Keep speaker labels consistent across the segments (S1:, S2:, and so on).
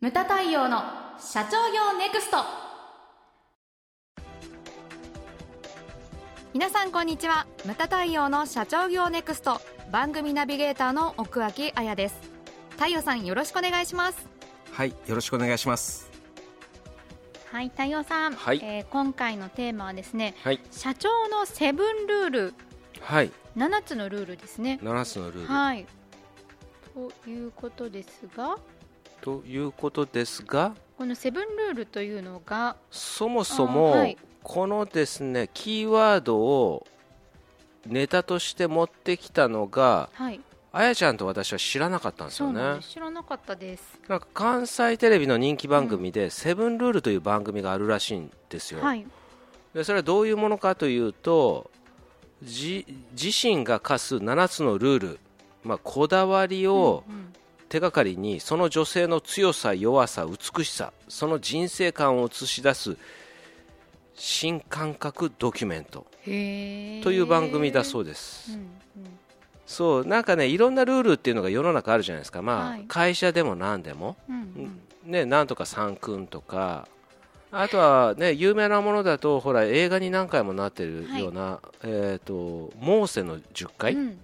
S1: ムタ太陽の社長業ネクスト
S2: 皆さんこんにちはムタ太陽の社長業ネクスト番組ナビゲーターの奥脇彩です太陽さんよろしくお願いします
S3: はい、よろしくお願いします。
S4: はい、太陽さん、
S3: はい
S4: えー今回のテーマはですね
S3: はい、
S4: 社長のセブンルール
S3: はい、
S4: 7つのルールですね。
S3: 七つのルール、
S4: はいということですが
S3: ということですが、
S4: このセブンルールというのが
S3: そもそ
S4: あー
S3: も、
S4: はい
S3: このですね、キーワードをネタとして持ってきたのが、
S4: はい
S3: あやちゃんと私は知らなかったんです
S4: そう
S3: よね。
S4: なん
S3: な
S4: です知らなかったです。
S3: んか関西テレビの人気番組で、セブンルールという番組があるらしいんですよ。
S4: はい
S3: でそれはどういうものかというとじ自身が課す7つのルール、まあ、こだわりを手がかりにその女性の強さ弱さ美しさその人生観を映し出す新感覚ドキュメント
S4: へー
S3: という番組だ
S4: う
S3: そうです、
S4: ん
S3: そうなんかねいろんなルールっていうのが世の中あるじゃないですか、まあ
S4: はい
S3: 会社でも何でも、
S4: うんうん
S3: ね、なんとか三君とかあとはね有名なものだとほら映画に何回もなってるような、えっ、とモーセ
S4: う
S3: の10
S4: んう
S3: 回、
S4: んうん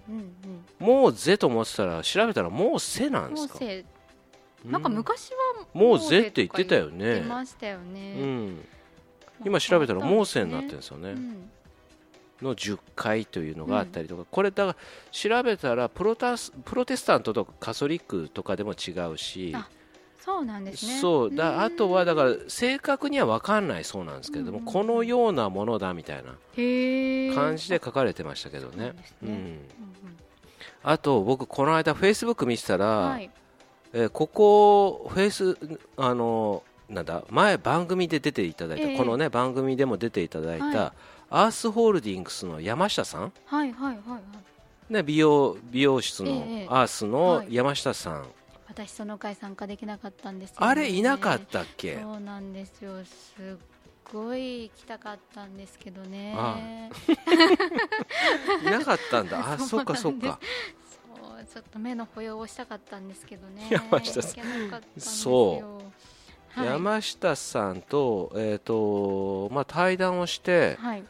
S3: モーゼと思ってたら調べたらモーセな
S4: うんん
S3: で
S4: モ
S3: す
S4: ー
S3: か
S4: セなんか昔は
S3: モ
S4: モ
S3: ーゼって言ってたよ
S4: 言って
S3: ね
S4: ましたよね。
S3: うん、今調べたらモーセになってるんですよね、
S4: うん
S3: の10回というのがあったりとか、これだから調べたらプロタスプロテスタントとカソリックとかでも違うし
S4: あそうなんですね。
S3: そう
S4: う
S3: だ
S4: ん
S3: あとはだから正確には分かんないそうなんですけれども、
S4: うん
S3: このようなものだみたいな
S4: へえ。
S3: 感じで書かれてましたけど
S4: そうな
S3: ね
S4: んです
S3: う
S4: ね
S3: ん、
S4: うん
S3: あと僕この間フェイスブック見てたら、
S4: うんはい。
S3: えーここフェイスあのなんだ前番組で出ていただいた、
S4: ええ
S3: このね番組でも出ていただいた、
S4: は
S3: アースホールディングスの山下さん、
S4: はいはいはいはい。
S3: ね、美容美容室の
S4: ええ
S3: アースの山下さん、
S4: 私その回参加できなかったんですよ、ね。
S3: あれいなかったっけ、
S4: そうなんですよ。すっごい行きたかったんですけどね。
S3: あいなかったんだあ そ
S4: そうう
S3: か
S4: なんです
S3: そうか
S4: そうちょっと目の保養をしたかったんですけどね。
S3: 山下さ
S4: 行け
S3: ん
S4: なかったんですよ。。
S3: そう
S4: はい、
S3: 山下さんと,、えーとまあ、対談をして
S4: はい。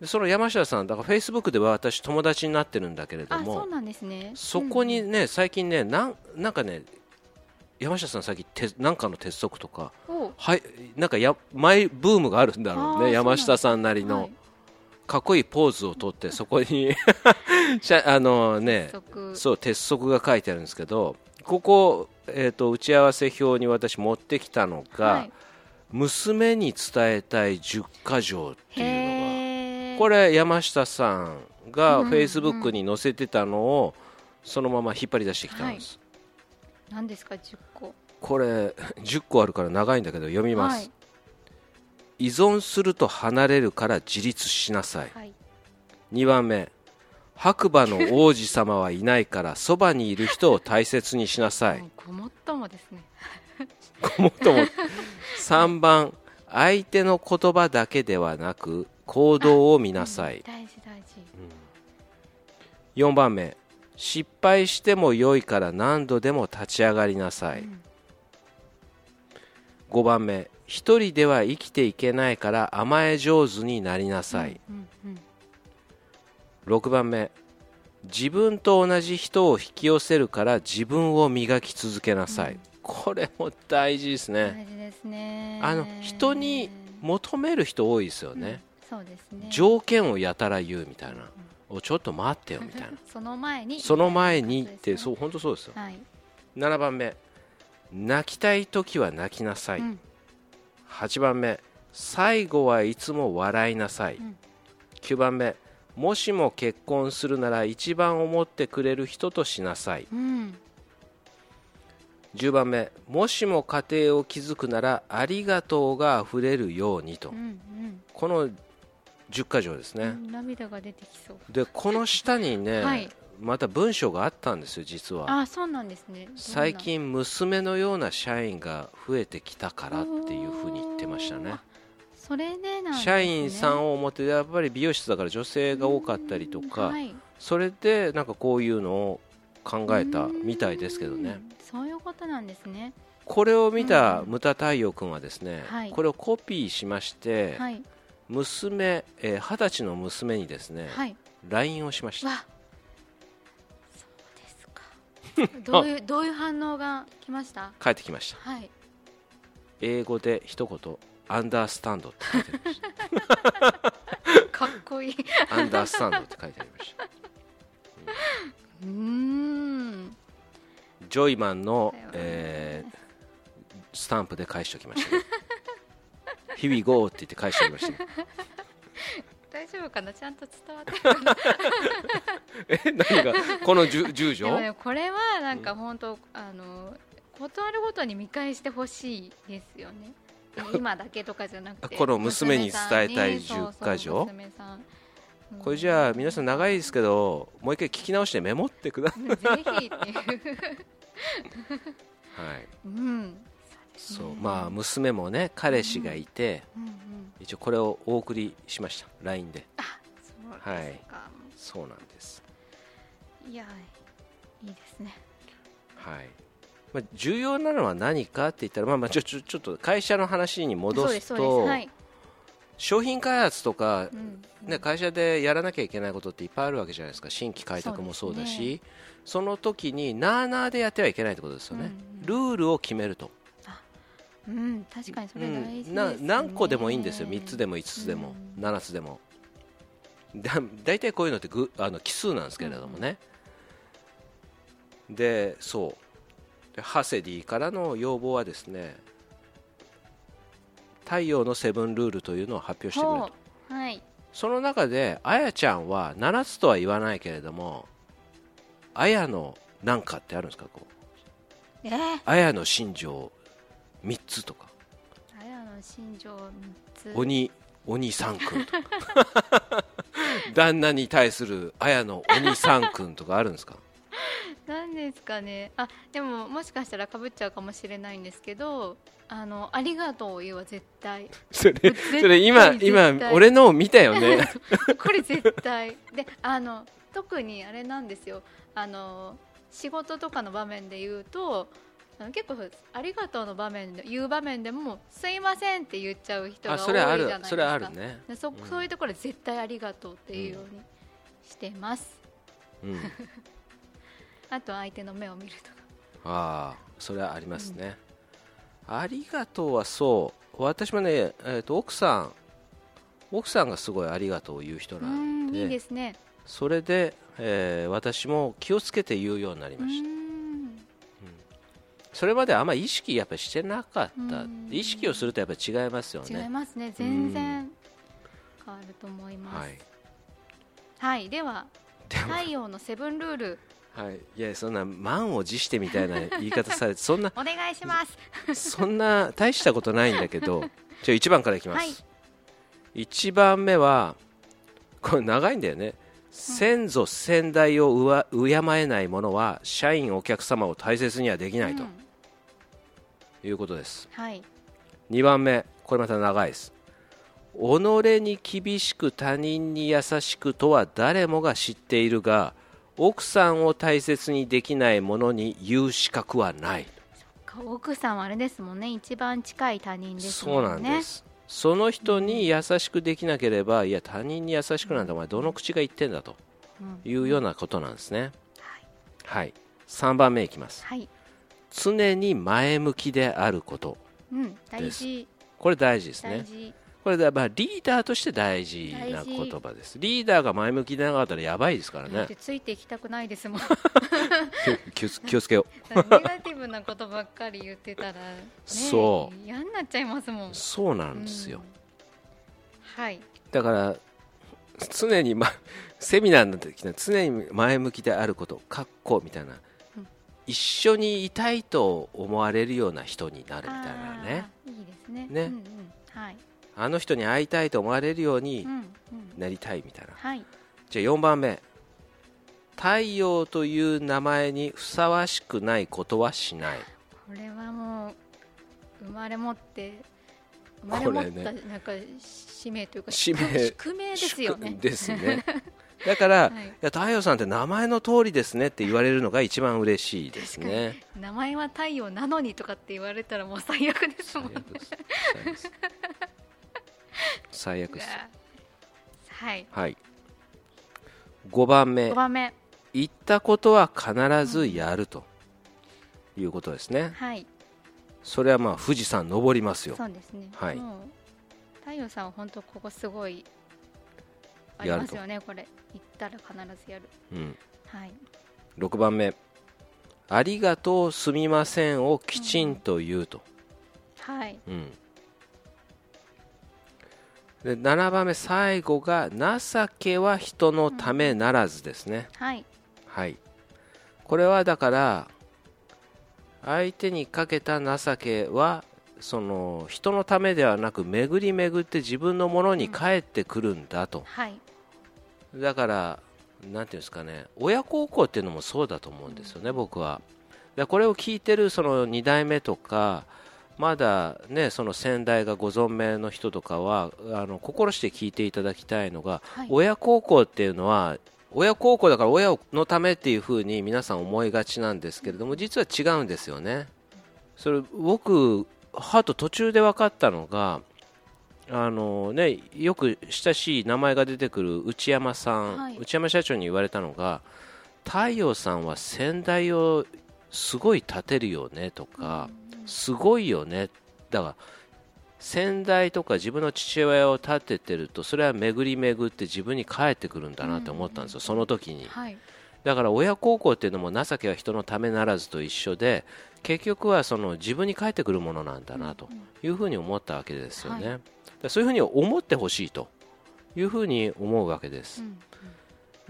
S3: でその山下さんだからフェイスブックでは私友達になってるんだけれど
S4: あ、そ
S3: も
S4: うなんですね。
S3: そこに
S4: うん
S3: ね最近ねなんなんかね山下さん最近てなんかの鉄則とか
S4: うん。お
S3: はいなんかやマイブームがあるんだろう
S4: あー
S3: ね山下さんなり
S4: は
S3: の
S4: い
S3: かっこいいポーズをとってそこに しゃあのね
S4: 即
S3: そう鉄則が書いてあるんですけどここ、えー、と打ち合わせ表に私持ってきたのが、
S4: はい
S3: 娘に伝えたい10か条っていうの
S4: へ
S3: が
S4: ー
S3: これ山下さんが
S4: うん
S3: フェイスブックに載せてたのをそのまま引っ張り出してきたんです、
S4: 何ですか10個
S3: これ10個あるから長いんだけど読みます、
S4: はい
S3: 依存すると離れるから自立しなさい
S4: はい
S3: 2番目白馬の王子様はいないからそばにいる人を大切にしなさい
S4: もうごもっともですね
S3: ごもっとも3番相手の言葉だけではなく行動を見なさ
S4: うん
S3: い
S4: 大事大事
S3: 4番目失敗しても良いから何度でも立ち上がりなさい
S4: うん
S3: 5番目一人では生きていけないから甘え上手になりなさい
S4: うんうん
S3: 6番目自分と同じ人を引き寄せるから自分を磨き続けなさい、
S4: うん
S3: これも大事ですね
S4: 大事ですね
S3: あの人に求める人多いですよね、
S4: うんそうですね
S3: 条件をやたら言うみたいな、おちょっと待ってよみたいな
S4: その前に
S3: その前にって
S4: そ
S3: そうう本当そうですよ
S4: はい
S3: 7番目泣きたい時は泣きなさい、
S4: うん
S3: 8番目最後はいつも笑いなさい、
S4: うん
S3: 9番目もしも結婚するなら一番思ってくれる人としなさい
S4: うん
S3: 10番目もしも家庭を築くならありがとうが溢れるようにと、
S4: うんうん
S3: この10箇条です
S4: う
S3: ね、
S4: ん涙が出てきそう
S3: でこの下にね、
S4: はい
S3: また文章があったんですよ実は
S4: あそうなんですねどんな
S3: 最近娘のような社員が増えてきたからっていうふうに言ってましたね
S4: おーそれでなんですね
S3: 社員さんを思ってやっぱり美容室だから女性が多かったりとか、
S4: うんはい
S3: それでなんかこういうのを考えたみたいですけどね
S4: うんそういうことなんですね
S3: これを見たムタ太陽君はですね、
S4: はい
S3: これをコピーしまして、
S4: はい
S3: 娘えー二十歳の娘にですね、
S4: はい
S3: LINE をしました
S4: わそう ですかどういうどういう反応が来ました
S3: 帰ってきました
S4: はい
S3: 英語で一言「アンダースタンド」って書いてありまし
S4: かっこいいう
S3: た「アンダースタンド」って書いてありました
S4: ーん
S3: ジョイマンの
S4: だよね、
S3: えースタンプで返しておきましたね 「Here we go」って言って返しておきましたね
S4: 大丈夫かなちゃんと伝わってるかな
S3: え何がこの十十
S4: でもね
S3: 条
S4: これはなんか本当、あの断るごとに見返してほしいですよね今だけとかじゃなくて
S3: この娘に伝えた
S4: 娘
S3: い
S4: さんに
S3: 10か条
S4: そうそう娘さんうん
S3: これじゃあ皆さん長いですけどもう一回聞き直してメモってくださ
S4: ぜひっていう、
S3: い、はい、
S4: うん、うん
S3: そうまあ娘もね彼氏がいて、
S4: うん
S3: 一応これをお送りしました LINE で
S4: あそうですか、
S3: そうなんです
S4: い、やいいですね
S3: はい、まあ、重要なのは何かって言ったら、まあ、まあちょちょちょっと会社の話に戻
S4: そうです
S3: す
S4: そ
S3: と
S4: うですはい、
S3: 商品開発とか、
S4: うん
S3: ね、会社でやらなきゃいけないことっていっぱいあるわけじゃないですか新規開拓もそうだ
S4: そうで
S3: しその時になあなあでやってはいけないってことですよね、ルールを決めると、
S4: うん、確かにそれ大事です、
S3: う
S4: ね
S3: ん、な何個でもいいんですよ3つで
S4: も
S3: も5つでも、7つでもだ大体こういうのってぐあの奇数なんですけれどもね、でそうでハセディからの要望はですね太陽のセブンルールというのを発表してくれと
S4: うはい
S3: その中であやちゃんは7つとは言わないけれどもあやのなんかってあるんですかこう
S4: えー、
S3: あやの心情3つとか
S4: あやの心情三つ
S3: 鬼鬼さんくんとか旦那に対する綾の鬼さんくんとかあるんですか
S4: なんですかねあでももしかしたらかぶっちゃうかもしれないんですけどあのありがとうを言うは絶対
S3: それ
S4: 絶
S3: それ今
S4: 絶対
S3: 今俺のを見たよね
S4: これ絶対であの特にあれなんですよあの仕事とかの場面で言うとあの結構ありがとうの場面で言う場面でもすいませんって言っちゃう人が
S3: あ
S4: 多い
S3: そ
S4: じ
S3: れ
S4: ゃな
S3: あ
S4: いで
S3: る
S4: すか
S3: それあるね
S4: でそ,、
S3: ん
S4: そういうところで絶対ありがとうっていうようにしてます、
S3: うん
S4: あとは相手の目を見るとか
S3: ああそれはありますね、ありがとうはそう私もね、えー、と奥さん奥さんがすごいありがとうを言う人
S4: う
S3: なん
S4: ん
S3: で
S4: いいですね
S3: それで、えー私も気をつけて言うようになり
S4: う
S3: ました
S4: ん
S3: それまであんまり意識やっぱりしてなかった
S4: うん
S3: 意識をするとやっぱり違いますよ
S4: 違い
S3: ね
S4: ますね全然変わると思います
S3: は
S4: はいい、では太陽のセブンルール
S3: はい、いやそんな満を持してみたいな言い方されてそんな
S4: お願いします
S3: そんな大したことないんだ けどじゃあ1番からいきます、
S4: はい
S3: 1番目はこれ長いんだよね、先祖先代をうわ敬えない者は社員お客様を大切にはできないと
S4: うん
S3: いうことです、
S4: はい
S3: 2番目これまた長いです己に厳しく他人に優しくとは誰もが知っているが奥さんを大切にできない者に言う資格はない、
S4: 奥さんはあれですもんね一番近い他人です
S3: そう
S4: も
S3: なん
S4: んね
S3: で、すその人に優しくできなければいや他人に優しくなんてお前どの口が言ってんだと
S4: うん
S3: いうようなことなんですね
S4: はい
S3: はい3番目いきます
S4: はい
S3: 常に前向きであること
S4: うん大事
S3: これ大事ですね
S4: 大事
S3: これだまあリーダーとして大事な言葉ですリーダーが前向きでなかったらやばいですから
S4: だっ
S3: ね
S4: てついていきたくないです もん
S3: 気をつ気をつけよ
S4: ネガティブなことばっかり言ってたら、ね、
S3: そう
S4: 嫌になっちゃいますもん
S3: うそうなんですよ、
S4: はい
S3: だから常に、ま、セミナーの時に常に前向きであることかっこみたいな、
S4: うん
S3: 一緒にいたいと思われるような人になるみたいなね
S4: あーいいですね
S3: ね
S4: うんうん、はい
S3: あの人に会いたいと思われるように
S4: うんうん
S3: なりたいみたいな、
S4: はい
S3: じゃあ4番目太陽という名前にふさわしくないことはしない
S4: これはもう生まれ持って生まれ持った、
S3: これ
S4: なんか使命というか
S3: 使命
S4: 宿命ですよね
S3: 宿ですねだから、
S4: はい
S3: い、や太陽さんって名前の通りですねって言われるのが一番嬉しいですね。
S4: 名前は太陽なのにとかって言われたらもう最悪ですもん
S3: 最悪です最悪です。
S4: はい
S3: はい。5番目
S4: 5、番目
S3: 言ったことは必ずやるということですね。
S4: はい
S3: それはまあ富士山登りますよ。
S4: そうですね、
S3: はい
S4: もう太陽さんは本当ここすごいありますよねこれ行ったら必ずやる
S3: うん。
S4: はい
S3: 6番目、ありがとうすみませんをきちんと言うと。
S4: はい
S3: うん。で7番目最後が情けは人のためならずですね、
S4: はい
S3: はい、これはだから相手にかけた情けはその人のためではなく巡り巡って自分のものに返ってくるんだと、
S4: はい
S3: だからなんていうんですかね親孝行っていうのもそうだと思うんですよね、僕はでこれを聞いてるその2代目とかまだねその先代がご存命の人とかはあの心して聞いていただきたいのが、
S4: はい
S3: 親孝行っていうのは親孝行だから親のためっていうふうに皆さん思いがちなんですけれども実は違うんですよねそれ僕ハート途中で分かったのがあのねよく親しい名前が出てくる内山さん、
S4: はい
S3: 内山社長に言われたのが太陽さんは先代をすごい立てるよねとか、すごいよねだから先代とか自分の父親を立ててるとそれは巡り巡って自分に返ってくるんだなって思ったんですよ、その時に
S4: はい
S3: だから親孝行っていうのも情けは人のためならずと一緒で結局はその自分に返ってくるものなんだなというふうに思ったわけですよね、
S4: は
S3: だからそういうふうに思ってほしいというふうに思うわけです、
S4: うん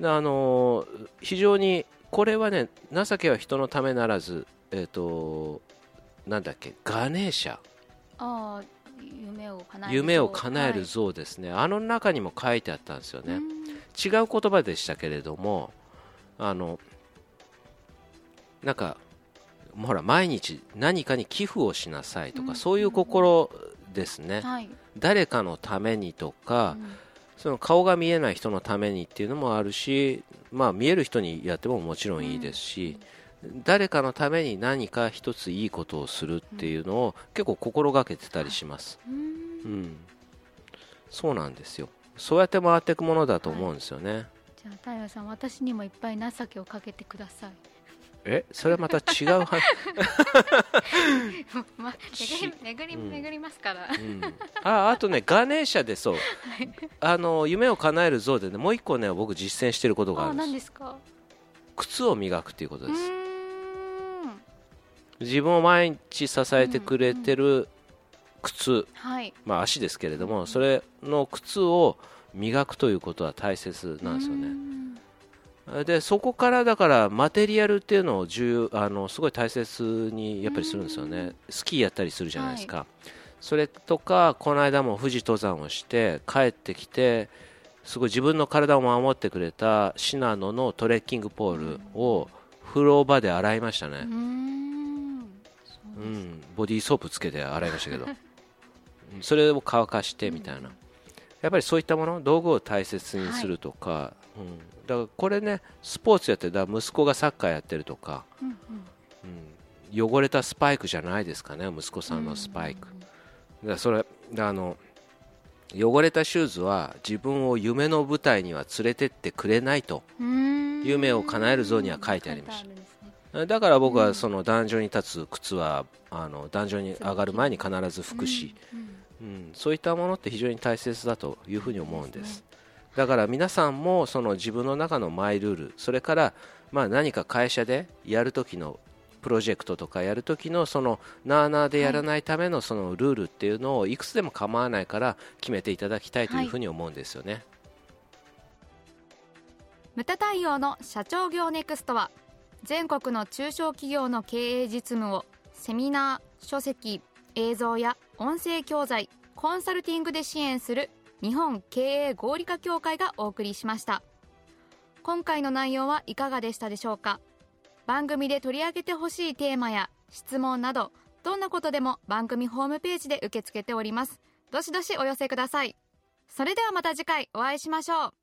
S3: であのー非常にこれはね情けは人のためならずえっ、となんだっけガネーシャ
S4: ああ夢を叶える
S3: 夢を叶える像ですね、あの中にも書いてあったんですよ
S4: はいう
S3: ね、違うん言葉でしたけれどもあのなんかほら毎日何かに寄付をしなさいとか、
S4: うん
S3: そういう心ですね、
S4: はい
S3: 誰かのためにとか、
S4: うん
S3: その顔が見えない人のためにっていうのもあるし、まあ、見える人にやってももちろんいいですし、誰かのために何か一ついいことをするっていうのを結構心がけてたりします、
S4: うん
S3: うん、そうなんですよそうやって回っていくものだと思うんですよね、
S4: じゃあ太陽さん私にもいっぱい情けをかけてください
S3: えそれはまた違う話、
S4: まあ巡り巡り
S3: うん
S4: 巡りますから、
S3: うん、ああとねガネーシャでそう、あの夢を叶える像でねもう一個ね僕実践してることがあ
S4: あ
S3: る
S4: あ
S3: んで
S4: 何
S3: す
S4: ですか
S3: 靴を磨くっていうこと
S4: う
S3: です、
S4: ーん
S3: 自分を毎日支えてくれてる靴、
S4: はい
S3: まあ、足ですけれども、それの靴を磨くということは大切なんですよ
S4: うー
S3: ね。
S4: ん
S3: でそこからだからマテリアルっていうのを重要あのすごい大切にやっぱりするんですよ
S4: う
S3: ね、スキーやったりするじゃないですか、それとか、この間も富士登山をして帰ってきて、すごい自分の体を守ってくれた信濃のトレッキングポールを風呂場で洗いました
S4: う
S3: ね。
S4: ーんそう
S3: う
S4: です
S3: ん、ボディーソープつけて洗いましたけど うんそれを乾かしてみたいな、やっぱりそういったもの道具を大切にするとか、うん、だからこれねスポーツやってるだから息子がサッカーやってるとか、
S4: うんうん
S3: うん、汚れたスパイクじゃないですかね息子さんのスパイク、だからそれだからあの汚れたシューズは自分を夢の舞台には連れてってくれないと
S4: うーん
S3: 夢を叶える像には書いてありまし
S4: 書
S3: た
S4: いてあるんですね
S3: だから僕はその壇上に立つ靴はあの壇上に上がる前に必ず拭くし、うんそういったものって非常に大切だというふうに思うんですだから皆さんもその自分の中のマイルールそれからまあ何か会社でやる時のプロジェクトとかやる時のそのなあなあでやらないためのそのルールっていうのをいくつでも構わないから決めていただきたいというふうに思うんですよね、
S2: ムタ対応の社長業ネクストは全国の中小企業の経営実務をセミナー書籍映像や音声教材コンサルティングで支援する日本経営合理化協会がお送りしました今回の内容はいかがでしたでしょうか番組で取り上げてほしいテーマや質問などどんなことでも番組ホームページで受け付けておりますどしどしお寄せくださいそれではまた次回お会いしましょう